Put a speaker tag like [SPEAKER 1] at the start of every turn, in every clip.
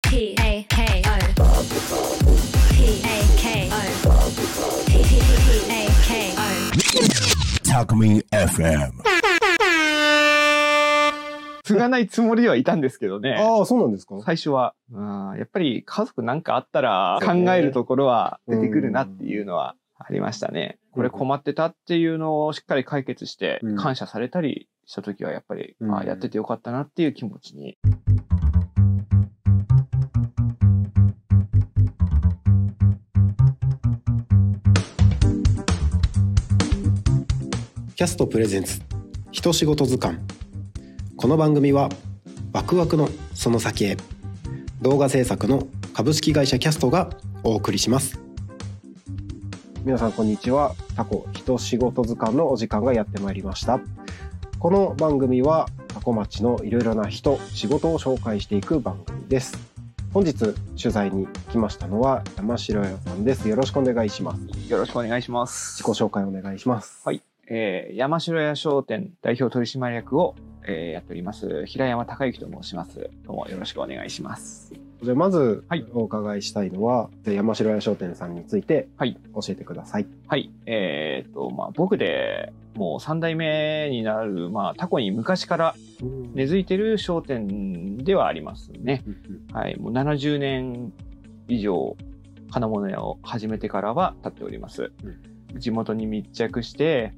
[SPEAKER 1] P A K O P A K O P A K O
[SPEAKER 2] Takumi FM.
[SPEAKER 3] 継がないつもりではいたんですけどね。
[SPEAKER 4] ああ、そうなんですか
[SPEAKER 3] 最初は、うん、やっぱり家族なんかあったら考えるところは出てくるなっていうのはありましたね。
[SPEAKER 4] うん
[SPEAKER 3] これ困ってたっていうのをしっかり解決して
[SPEAKER 4] うん
[SPEAKER 3] 感謝されたりした時はやっぱり、
[SPEAKER 4] うん
[SPEAKER 3] あやっててよかったなっていう気持ちに。
[SPEAKER 5] キャストプレゼンツ一仕事図鑑この番組はワクワクのその先へ動画制作の株式会社キャストがお送りします
[SPEAKER 4] 皆さんこんにちは。タコ一仕事図鑑のお時間がやってまいりました。この番組はタコ町のいろいろな人、仕事を紹介していく番組です。本日取材に来ましたのは山城屋さんです。よろしくお願いします。
[SPEAKER 3] よろしくお願いします
[SPEAKER 4] 自己。紹介お願いします。
[SPEAKER 3] はいえー山城屋商店代表取締役を、えーやっております平山隆之と申します。どうもよろしくお願いします。
[SPEAKER 4] じゃあまず
[SPEAKER 3] はい
[SPEAKER 4] お伺いしたいのは、じゃあ山城屋商店さんについて
[SPEAKER 3] はい
[SPEAKER 4] 教えてください。
[SPEAKER 3] はい。えーっと、まあ、僕でもう3代目になる、まあ、タコに昔から根付いてる商店ではありますね。はい。もう70年以上、金物屋を始めてからは経っております。地元に密着して、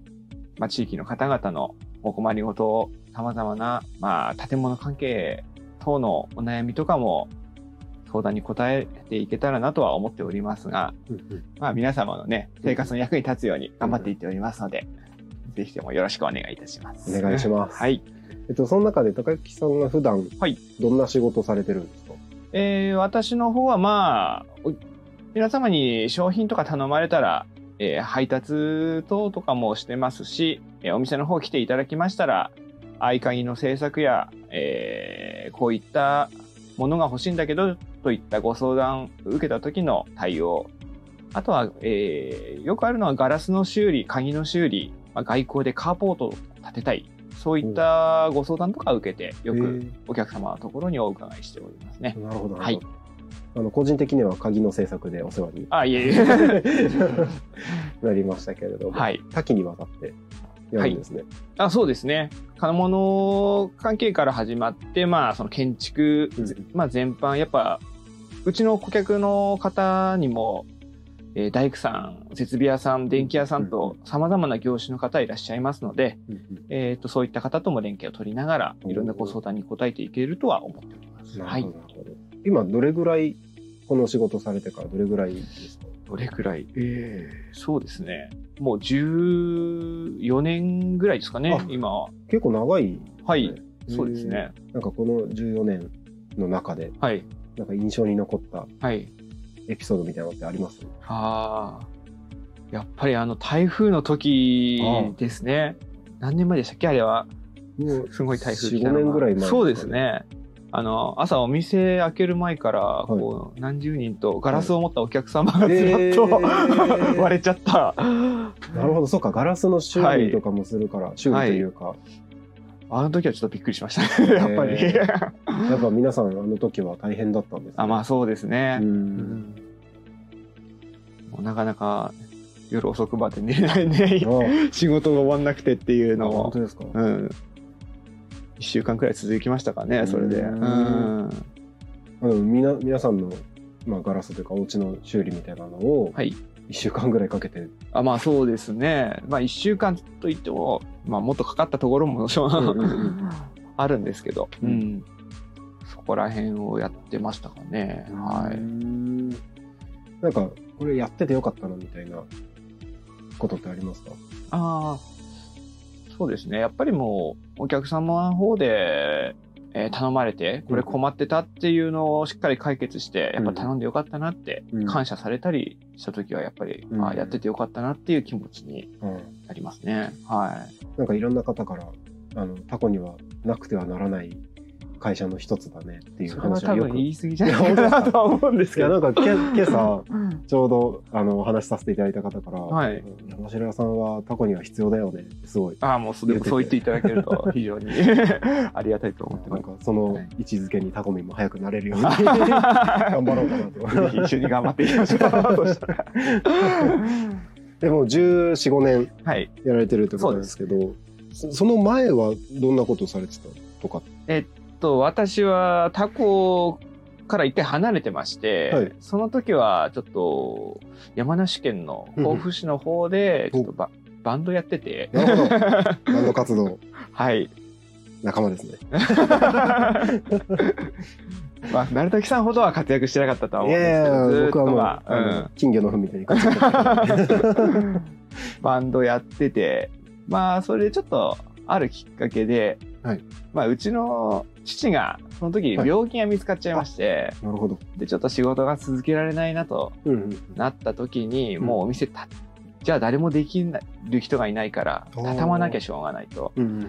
[SPEAKER 3] まあ、地域の方々のお困りごと、様々な、まあ、建物関係等のお悩みとかも、相談に答えていけたらなとは思っておりますが、まあ、皆様のね、生活の役に立つように頑張っていっておりますので、ぜひともよろしくお願いいたします。
[SPEAKER 4] お願いします
[SPEAKER 3] はい。
[SPEAKER 4] えっと、その中で高木さんが普段
[SPEAKER 3] はい
[SPEAKER 4] どんな仕事をされてるんですか、
[SPEAKER 3] えー私の方はまあ、お皆様に商品とか頼まれたら、えー配達等とかもしてますし、えーお店の方来ていただきましたら、合鍵の制作や、えーこういったものが欲しいんだけど、といったご相談を受けた時の対応。あとは、えーよくあるのはガラスの修理、鍵の修理、まあ、外交でカーポートを建てたい。そういったご相談とかを受けて、よくお客様のところにお伺いしておりますね
[SPEAKER 4] え。ーなるほど、な
[SPEAKER 3] は
[SPEAKER 4] る
[SPEAKER 3] い
[SPEAKER 4] ほど。あの個人的には鍵の制作でお世話に
[SPEAKER 3] あ、いえい え。
[SPEAKER 4] なりましたけれども、
[SPEAKER 3] はい。
[SPEAKER 4] 多岐にわたってやるんですね。
[SPEAKER 3] あ、そうですね。金物関係から始まって、まあ、その建築、
[SPEAKER 4] うん
[SPEAKER 3] まあ全般、やっぱ、うちの顧客の方にも、えー大工さん、設備屋さん、電気屋さんと、様々な業種の方いらっしゃいますので、えっ、と、そういった方とも連携を取りながら、いろんなご相談に応えていけるとは思っております。
[SPEAKER 4] な
[SPEAKER 3] は
[SPEAKER 4] る
[SPEAKER 3] い
[SPEAKER 4] ほ。ど、なるほど。今どれぐらいこの仕事されてからどれぐらいですか
[SPEAKER 3] どれくらいそうですね。もう14年ぐらいですかね
[SPEAKER 4] あ、
[SPEAKER 3] 今は。
[SPEAKER 4] 結構長い、
[SPEAKER 3] はい。そうですね。
[SPEAKER 4] なんかこの14年の中で
[SPEAKER 3] はい。
[SPEAKER 4] なんか印象に残った
[SPEAKER 3] はい。
[SPEAKER 4] エピソードみたいなのってあります
[SPEAKER 3] ああ。やっぱりあの台風の時
[SPEAKER 4] ああ
[SPEAKER 3] ですね。何年前でしたっけあれは。
[SPEAKER 4] もう
[SPEAKER 3] すごい台風
[SPEAKER 4] 4、
[SPEAKER 3] 来た
[SPEAKER 4] 5
[SPEAKER 3] のが
[SPEAKER 4] 年ぐらい前かね
[SPEAKER 3] そうです。ね。あの、朝お店開ける前から、
[SPEAKER 4] い
[SPEAKER 3] こう、何十人とガラスを持ったお客様がずら
[SPEAKER 4] え
[SPEAKER 3] っ
[SPEAKER 4] ー
[SPEAKER 3] と、割れちゃった。
[SPEAKER 4] なるほど、そうか、ガラスの修理とかもするから、修理というか、
[SPEAKER 3] あの時はちょっとびっくりしましたね。やっぱり。
[SPEAKER 4] えやっぱ皆さんあの時は大変だったんです、ね。
[SPEAKER 3] あ、まあそうですね。
[SPEAKER 4] う。
[SPEAKER 3] うんんもうなかなか夜遅くまで寝れないね
[SPEAKER 4] あ。あ
[SPEAKER 3] 仕事が終わんなくてっていうの
[SPEAKER 4] 本
[SPEAKER 3] を
[SPEAKER 4] 当。ですか。
[SPEAKER 3] うん、1週間くらい続きましたかねそれで
[SPEAKER 4] う
[SPEAKER 3] うんん
[SPEAKER 4] あのみな皆さんのまあガラスというかお家の修理みたいなのを
[SPEAKER 3] はい
[SPEAKER 4] 一週間ぐらいかけ て、
[SPEAKER 3] あまあそうですねまあ1週間といっても、まあ、もっとかかったところもそう
[SPEAKER 4] うんうんうん
[SPEAKER 3] あるんですけど、
[SPEAKER 4] う
[SPEAKER 3] うんんそこら辺をやってましたかね、は
[SPEAKER 4] う
[SPEAKER 3] い
[SPEAKER 4] んなんかこれやっててよかったなみたいなことってありますか。
[SPEAKER 3] ああそうですねやっぱりもうお客様の方で、えー頼まれてこれ困ってたっていうのをしっかり解決してやっぱ頼んでよかったなって
[SPEAKER 4] うん
[SPEAKER 3] 感謝されたりした時はやっぱり、
[SPEAKER 4] うん
[SPEAKER 3] あやっててよかったなっていう気持ちに
[SPEAKER 4] うん。
[SPEAKER 3] ありますね。は
[SPEAKER 4] なんかいろんな方からあのタコにはなくてはならない会社の一つだねっていう
[SPEAKER 3] それは
[SPEAKER 4] 話
[SPEAKER 3] 多
[SPEAKER 4] はよ
[SPEAKER 3] 分
[SPEAKER 4] く。
[SPEAKER 3] 言
[SPEAKER 4] い
[SPEAKER 3] い過ぎじゃないかなとは思うんですけ
[SPEAKER 4] や、
[SPEAKER 3] ど。
[SPEAKER 4] なんかけ今朝、
[SPEAKER 3] うん
[SPEAKER 4] ちょうどあのお話しさせていただいた方から、
[SPEAKER 3] はい
[SPEAKER 4] 山城さんはタコには必要だよねってすごい、
[SPEAKER 3] ああ、もうそれそう言っていただけると非常に ありがたいと思って
[SPEAKER 4] な
[SPEAKER 3] ま
[SPEAKER 4] ん
[SPEAKER 3] す。
[SPEAKER 4] かその
[SPEAKER 3] はい
[SPEAKER 4] 位置づけにタコミンも早くなれるよう に頑
[SPEAKER 3] 頑
[SPEAKER 4] 張ろうかな
[SPEAKER 3] ぜ
[SPEAKER 4] と。
[SPEAKER 3] ひ一緒に頑張っていきましょう。そしたら
[SPEAKER 4] でも1415年
[SPEAKER 3] はい。
[SPEAKER 4] やられてるってことなんですけどそその前はどんなことされてたとか
[SPEAKER 3] と、私は他校から一回離れてまして、
[SPEAKER 4] はい
[SPEAKER 3] その時はちょっと山梨県の甲府市の方で、
[SPEAKER 4] う
[SPEAKER 3] ち
[SPEAKER 4] ん
[SPEAKER 3] ょっとバ,、バンドやってて、
[SPEAKER 4] なるほどバンド活動
[SPEAKER 3] はい。
[SPEAKER 4] 仲間ですね
[SPEAKER 3] まあ、成滝さんほどは活躍してなかったとは思
[SPEAKER 4] い
[SPEAKER 3] うんです
[SPEAKER 4] やい
[SPEAKER 3] け
[SPEAKER 4] や
[SPEAKER 3] ど、ずーっ
[SPEAKER 4] 僕は
[SPEAKER 3] と
[SPEAKER 4] もう、
[SPEAKER 3] まあ、
[SPEAKER 4] あの金魚の糞みたいに活動してた んで
[SPEAKER 3] バンドやってて、まあ、それでちょっと、あるきっかけで、
[SPEAKER 4] はい
[SPEAKER 3] まあ、うちの父が、その時に病気が見つかっちゃいまして、
[SPEAKER 4] なるほど、
[SPEAKER 3] で、ちょっと仕事が続けられないなと
[SPEAKER 4] うんうん、
[SPEAKER 3] なった時に、
[SPEAKER 4] うん
[SPEAKER 3] もうお店た、じゃあ誰もできる人がいないから、
[SPEAKER 4] おー
[SPEAKER 3] 畳まなきゃしょうがないと。
[SPEAKER 4] うんうん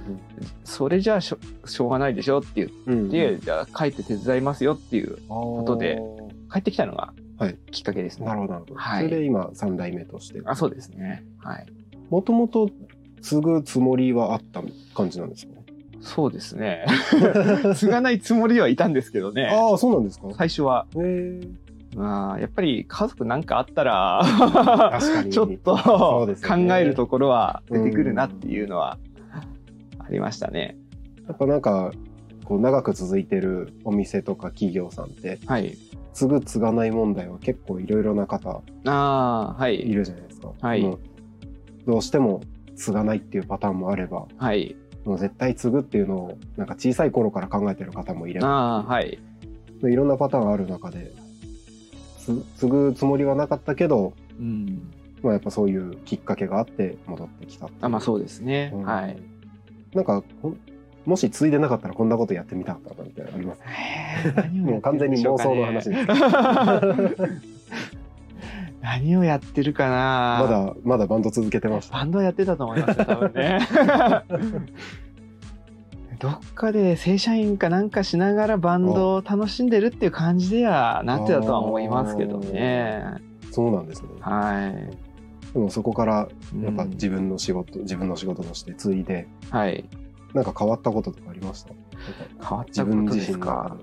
[SPEAKER 3] それじゃあしょしょうがないでしょって言っ
[SPEAKER 4] うんうん
[SPEAKER 3] て、じゃあ帰って手伝いますよっていう、
[SPEAKER 4] こと
[SPEAKER 3] で帰ってきたのが
[SPEAKER 4] はい
[SPEAKER 3] きっかけですね。
[SPEAKER 4] なるほどなるほど、
[SPEAKER 3] はい
[SPEAKER 4] それで今3代目として
[SPEAKER 3] あ、そうですね。はい。
[SPEAKER 4] もともと継ぐつもりはあった感じなんですか、
[SPEAKER 3] そうですね。 継がないつもりではいたんですけどね。
[SPEAKER 4] ああそうなんですか、
[SPEAKER 3] 最初は、
[SPEAKER 4] へ ー
[SPEAKER 3] まあ、やっぱり家族なんかあったら、
[SPEAKER 4] 確かに
[SPEAKER 3] ちょっと
[SPEAKER 4] そ
[SPEAKER 3] 考
[SPEAKER 4] うですよね
[SPEAKER 3] えるところは出てくるなっていうのはありましたね。
[SPEAKER 4] やっぱなんかこう長く続いてるお店とか企業さんって
[SPEAKER 3] はい。
[SPEAKER 4] 継ぐ継がない問題は結構いろいろな方
[SPEAKER 3] ああ、はいい。
[SPEAKER 4] るじゃないですか、
[SPEAKER 3] はい
[SPEAKER 4] もうどうしても継がないっていうパターンもあれば
[SPEAKER 3] はい。
[SPEAKER 4] もう絶対継ぐっていうのをなんか小さい頃から考えてる方もいれば
[SPEAKER 3] ああ、はい。
[SPEAKER 4] いろんなパターンがある中でつ継ぐつもりはなかったけど
[SPEAKER 3] うん。
[SPEAKER 4] まあ、やっぱそういうきっかけがあって戻ってきたってい
[SPEAKER 3] あまあそうですね。
[SPEAKER 4] うん
[SPEAKER 3] はい。
[SPEAKER 4] なんかこんもし継いでなかったらこんなことやってみたかったなみたいなのあります もう完全に妄想の話
[SPEAKER 3] ね。
[SPEAKER 4] です、
[SPEAKER 3] 何をやってるかな
[SPEAKER 4] まだまだバンド続けてました
[SPEAKER 3] バンドやってたと思いますよ多分 ねどっかで正社員かなんかしながらバンドを楽しんでるっていう感じではなってたとは思いますけどね
[SPEAKER 4] そうなんですね
[SPEAKER 3] は
[SPEAKER 4] でもそこから
[SPEAKER 3] い
[SPEAKER 4] やっぱ自
[SPEAKER 3] 分、
[SPEAKER 4] 分の仕事、自分の仕事として継いで
[SPEAKER 3] はい
[SPEAKER 4] なんか変わったこととかありましたなんか
[SPEAKER 3] 変わっ
[SPEAKER 4] 自
[SPEAKER 3] たこ
[SPEAKER 4] 分
[SPEAKER 3] とで
[SPEAKER 4] 自
[SPEAKER 3] す
[SPEAKER 4] 身の中
[SPEAKER 3] か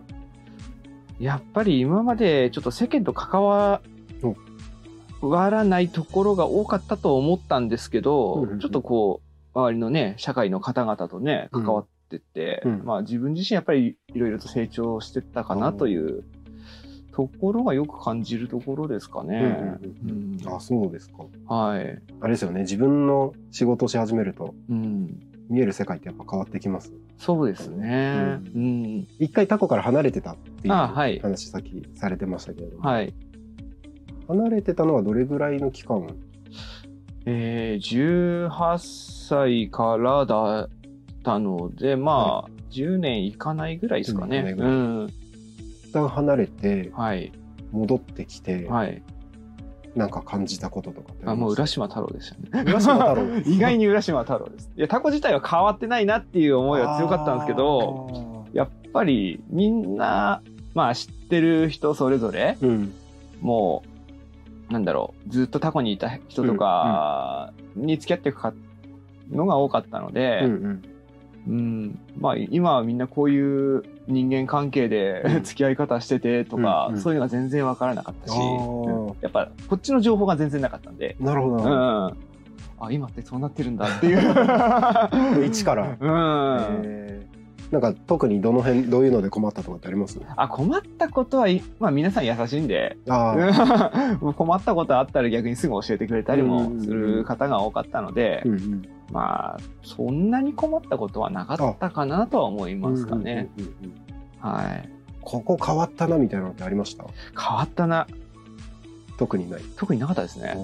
[SPEAKER 4] で
[SPEAKER 3] やっぱり今までちょっと世間と関わらないところが多かったと思ったんですけど、
[SPEAKER 4] うんうんうん
[SPEAKER 3] ちょっとこう周りのね社会の方々とね関わってって、
[SPEAKER 4] うんうん
[SPEAKER 3] まあ、自分自身やっぱりいろいろと成長してったかなというところがよく感じるところですかね。
[SPEAKER 4] うんうんうん
[SPEAKER 3] うん
[SPEAKER 4] あそうですか
[SPEAKER 3] はい、
[SPEAKER 4] あれですよね自分の仕事をし始めると
[SPEAKER 3] うん、
[SPEAKER 4] 見える世界ってやっぱ変わってきます
[SPEAKER 3] そうですね。う、
[SPEAKER 4] うん一回タコから離れてたっていう
[SPEAKER 3] あはい
[SPEAKER 4] 話さっきされてましたけれども、
[SPEAKER 3] はい。
[SPEAKER 4] 離れてたのはどれぐらいの期間
[SPEAKER 3] えー、18歳からだったので、まあ、10年いかないぐらいですかね。
[SPEAKER 4] 10年いか
[SPEAKER 3] う。
[SPEAKER 4] なん一旦離れて
[SPEAKER 3] はい。
[SPEAKER 4] 戻ってきて、
[SPEAKER 3] はい。
[SPEAKER 4] なんか感じたこととかって
[SPEAKER 3] あ、もう
[SPEAKER 4] りま
[SPEAKER 3] 浦
[SPEAKER 4] す
[SPEAKER 3] 島太郎でしたね。
[SPEAKER 4] 浦島太郎
[SPEAKER 3] 意外に浦島太郎です。いや、タコ自体は変わってないなっていう思いは強かったんですけど、やっぱりみんな、まあ知ってる人それぞれ、
[SPEAKER 4] あーうん
[SPEAKER 3] もう、なんだろう、ずっとタコにいた人とかに付き合っていくかのが多かったので、
[SPEAKER 4] うんうん
[SPEAKER 3] うん、まあ今はみんなこういう人間関係
[SPEAKER 4] う
[SPEAKER 3] で
[SPEAKER 4] ん
[SPEAKER 3] 付き合い方しててとか、
[SPEAKER 4] うんうん
[SPEAKER 3] そういうのが全然わからなかったし、
[SPEAKER 4] あー
[SPEAKER 3] うんやっぱこっちの情報が全然なかったんで、
[SPEAKER 4] なるほど
[SPEAKER 3] うん、
[SPEAKER 4] な
[SPEAKER 3] あ今ってそうなってるんだっていう。
[SPEAKER 4] 一から
[SPEAKER 3] うん、
[SPEAKER 4] へーなんか特にどの辺どういうので困ったとかってあります
[SPEAKER 3] あ困ったことはい、まあ、皆さん優しいんで
[SPEAKER 4] あー
[SPEAKER 3] 困ったことあったら逆にすぐ教えてくれたりもする方が多かったので、
[SPEAKER 4] うんうん
[SPEAKER 3] まあそんなに困ったことはなかったかなとは思いますかね。
[SPEAKER 4] うんうんうんうん
[SPEAKER 3] はい、
[SPEAKER 4] ここ変わったなみたいなのってありました
[SPEAKER 3] 変わったな
[SPEAKER 4] 特にない
[SPEAKER 3] 特になかったですね。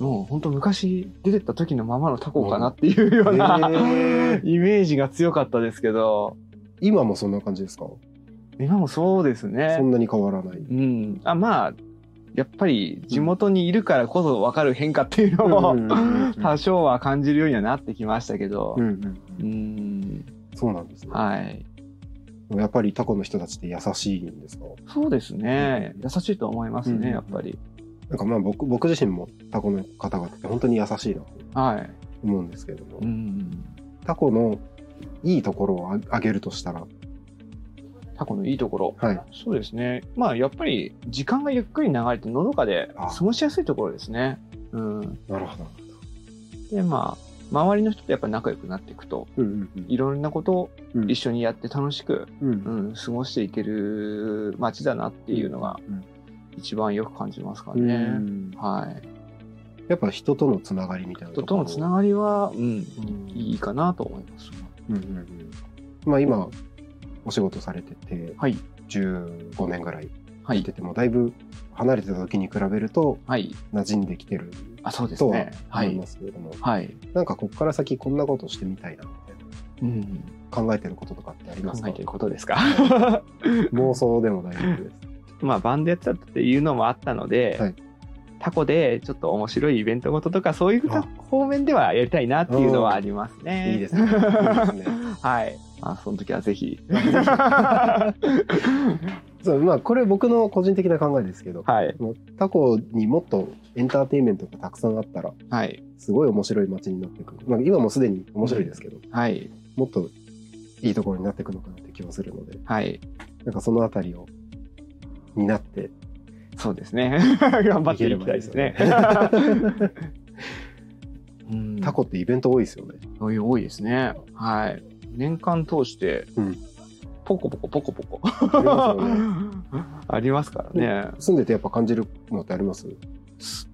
[SPEAKER 4] お
[SPEAKER 3] もう本当昔出てった時のままのタコかなっていうような、
[SPEAKER 4] ー
[SPEAKER 3] イメージが強かったですけど、
[SPEAKER 4] 今もそんな感じですか
[SPEAKER 3] 今もそうです
[SPEAKER 4] そ
[SPEAKER 3] ね
[SPEAKER 4] ん。なに変わらない
[SPEAKER 3] うん。あ、まあ、やっぱり地元にいるからこそ分かる変化っていうの
[SPEAKER 4] うんうんうんうんう
[SPEAKER 3] も
[SPEAKER 4] ん
[SPEAKER 3] 多少は感じるようにはなってきましたけど
[SPEAKER 4] う、んうん
[SPEAKER 3] うん、
[SPEAKER 4] そうなんですね
[SPEAKER 3] はい。
[SPEAKER 4] やっぱりタコの人たちって優しいんですか
[SPEAKER 3] そうですね。優しいと思います
[SPEAKER 4] うん
[SPEAKER 3] ね、やっぱり。
[SPEAKER 4] なんかまあ僕僕自身もタコの方々って本当に優しいなと
[SPEAKER 3] はい。
[SPEAKER 4] 思うんですけれども、
[SPEAKER 3] うん。
[SPEAKER 4] タコのいいところをああげるとしたら、
[SPEAKER 3] タコのいいところ。
[SPEAKER 4] はい。
[SPEAKER 3] そうですね。まあ、やっぱり、時間がゆっくり流れて、のどかで
[SPEAKER 4] あ
[SPEAKER 3] 過ごしやすいところですね。うん。
[SPEAKER 4] なるほど。
[SPEAKER 3] で、まあ、周りの人とやっぱ仲良くなっていくと、
[SPEAKER 4] うんうん
[SPEAKER 3] いろんなことを
[SPEAKER 4] うん。
[SPEAKER 3] 一緒にやって楽しく、
[SPEAKER 4] うんうん
[SPEAKER 3] うん、過ごしていける街だなっていうのが、一番よく感じますから
[SPEAKER 4] うん
[SPEAKER 3] ね。はい。
[SPEAKER 4] やっぱ人とのつながりみたいな
[SPEAKER 3] 人
[SPEAKER 4] こと
[SPEAKER 3] のつな
[SPEAKER 4] が
[SPEAKER 3] がりは、うん、い
[SPEAKER 4] り。
[SPEAKER 3] いかなと思います。
[SPEAKER 4] うんうんうんまあ今、お仕事されてて、
[SPEAKER 3] はい。
[SPEAKER 4] 15年ぐらい
[SPEAKER 3] は
[SPEAKER 4] やっ
[SPEAKER 3] い
[SPEAKER 4] て。ても、だいぶ離れてた時に比べると
[SPEAKER 3] はい。
[SPEAKER 4] 馴染んできてる
[SPEAKER 3] あ、そうです
[SPEAKER 4] とは
[SPEAKER 3] ね。は
[SPEAKER 4] 思い
[SPEAKER 3] い
[SPEAKER 4] ま。すけれども、
[SPEAKER 3] はい。
[SPEAKER 4] なんかこっから先こんなことしてみたいなって
[SPEAKER 3] うん。
[SPEAKER 4] 考えてることとかってあります
[SPEAKER 3] 考
[SPEAKER 4] か
[SPEAKER 3] えてることですか。
[SPEAKER 4] 妄想でも大丈夫です。
[SPEAKER 3] まあ、バンドやってたっていうのもあったので、
[SPEAKER 4] はい
[SPEAKER 3] タコでちょっと面白いイベントごととか、そういう
[SPEAKER 4] あ
[SPEAKER 3] 方面ではやりたいなっていうのはありますね。
[SPEAKER 4] いいですね。いいですね。
[SPEAKER 3] はい。まあ、その時はぜ ひ。
[SPEAKER 4] そうまあこれ僕の個人的な考えですけど、
[SPEAKER 3] はい。
[SPEAKER 4] もうタコにもっとエンターテインメントがたくさんあったら
[SPEAKER 3] はい。
[SPEAKER 4] すごい面白い街になってくる、まあ、今もすでに面白いですけど、
[SPEAKER 3] はい。
[SPEAKER 4] もっといいところになってくのかなって気はするので
[SPEAKER 3] はい。
[SPEAKER 4] なんかそのあたりを担って
[SPEAKER 3] そうです ね。頑張っていきたいですね
[SPEAKER 4] いけれ。ば いいですよね
[SPEAKER 3] うん
[SPEAKER 4] タコってイベント多いです よね
[SPEAKER 3] そういう多いですね。はい。年間通して
[SPEAKER 4] うん、
[SPEAKER 3] ポコポコポコポコ。
[SPEAKER 4] ありますよね
[SPEAKER 3] ありますからね。
[SPEAKER 4] 住んでてやっぱ感じるのってありますなる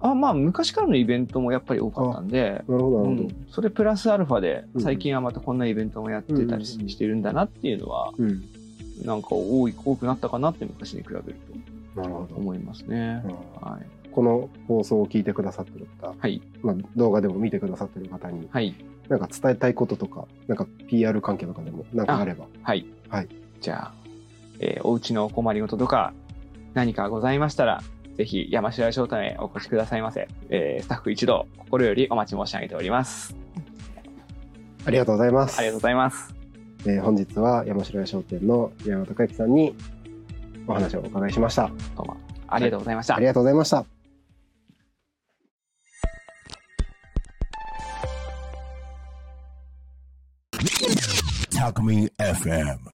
[SPEAKER 3] あまあ、昔からのイベントもやっぱり多かったんで、
[SPEAKER 4] ほど
[SPEAKER 3] う
[SPEAKER 4] なるほど、
[SPEAKER 3] ん、それプラスアルファで
[SPEAKER 4] うん
[SPEAKER 3] 最近はまたこんなイベントもやってたりし
[SPEAKER 4] うん
[SPEAKER 3] してるんだなっていうのは
[SPEAKER 4] うん
[SPEAKER 3] なんか多い多くなったかなって昔に比べる
[SPEAKER 4] なるほ
[SPEAKER 3] と
[SPEAKER 4] ど、
[SPEAKER 3] 思いますね
[SPEAKER 4] う。ん
[SPEAKER 3] はい、
[SPEAKER 4] この放送を聞いてくださってる方、
[SPEAKER 3] はい
[SPEAKER 4] まあ、動画でも見てくださってる方に
[SPEAKER 3] はい
[SPEAKER 4] なんか伝えたいこととか、なんか PR 関係とかでも、なんかあれば。
[SPEAKER 3] はい。
[SPEAKER 4] はい
[SPEAKER 3] じゃあ、えーお家のお困りごととか、何かございましたら、ぜひ山城屋商店へお越しくださいませ。えースタッフ一同、心よりお待ち申し上げております。
[SPEAKER 4] ありがとうございます。
[SPEAKER 3] ありがとうございます。
[SPEAKER 4] えー本日は山城屋商店の岩山隆之さんにお話をお伺いしました。
[SPEAKER 3] どうも、ありがとうございました。
[SPEAKER 4] ありがとうございました。
[SPEAKER 2] Talk Me FM.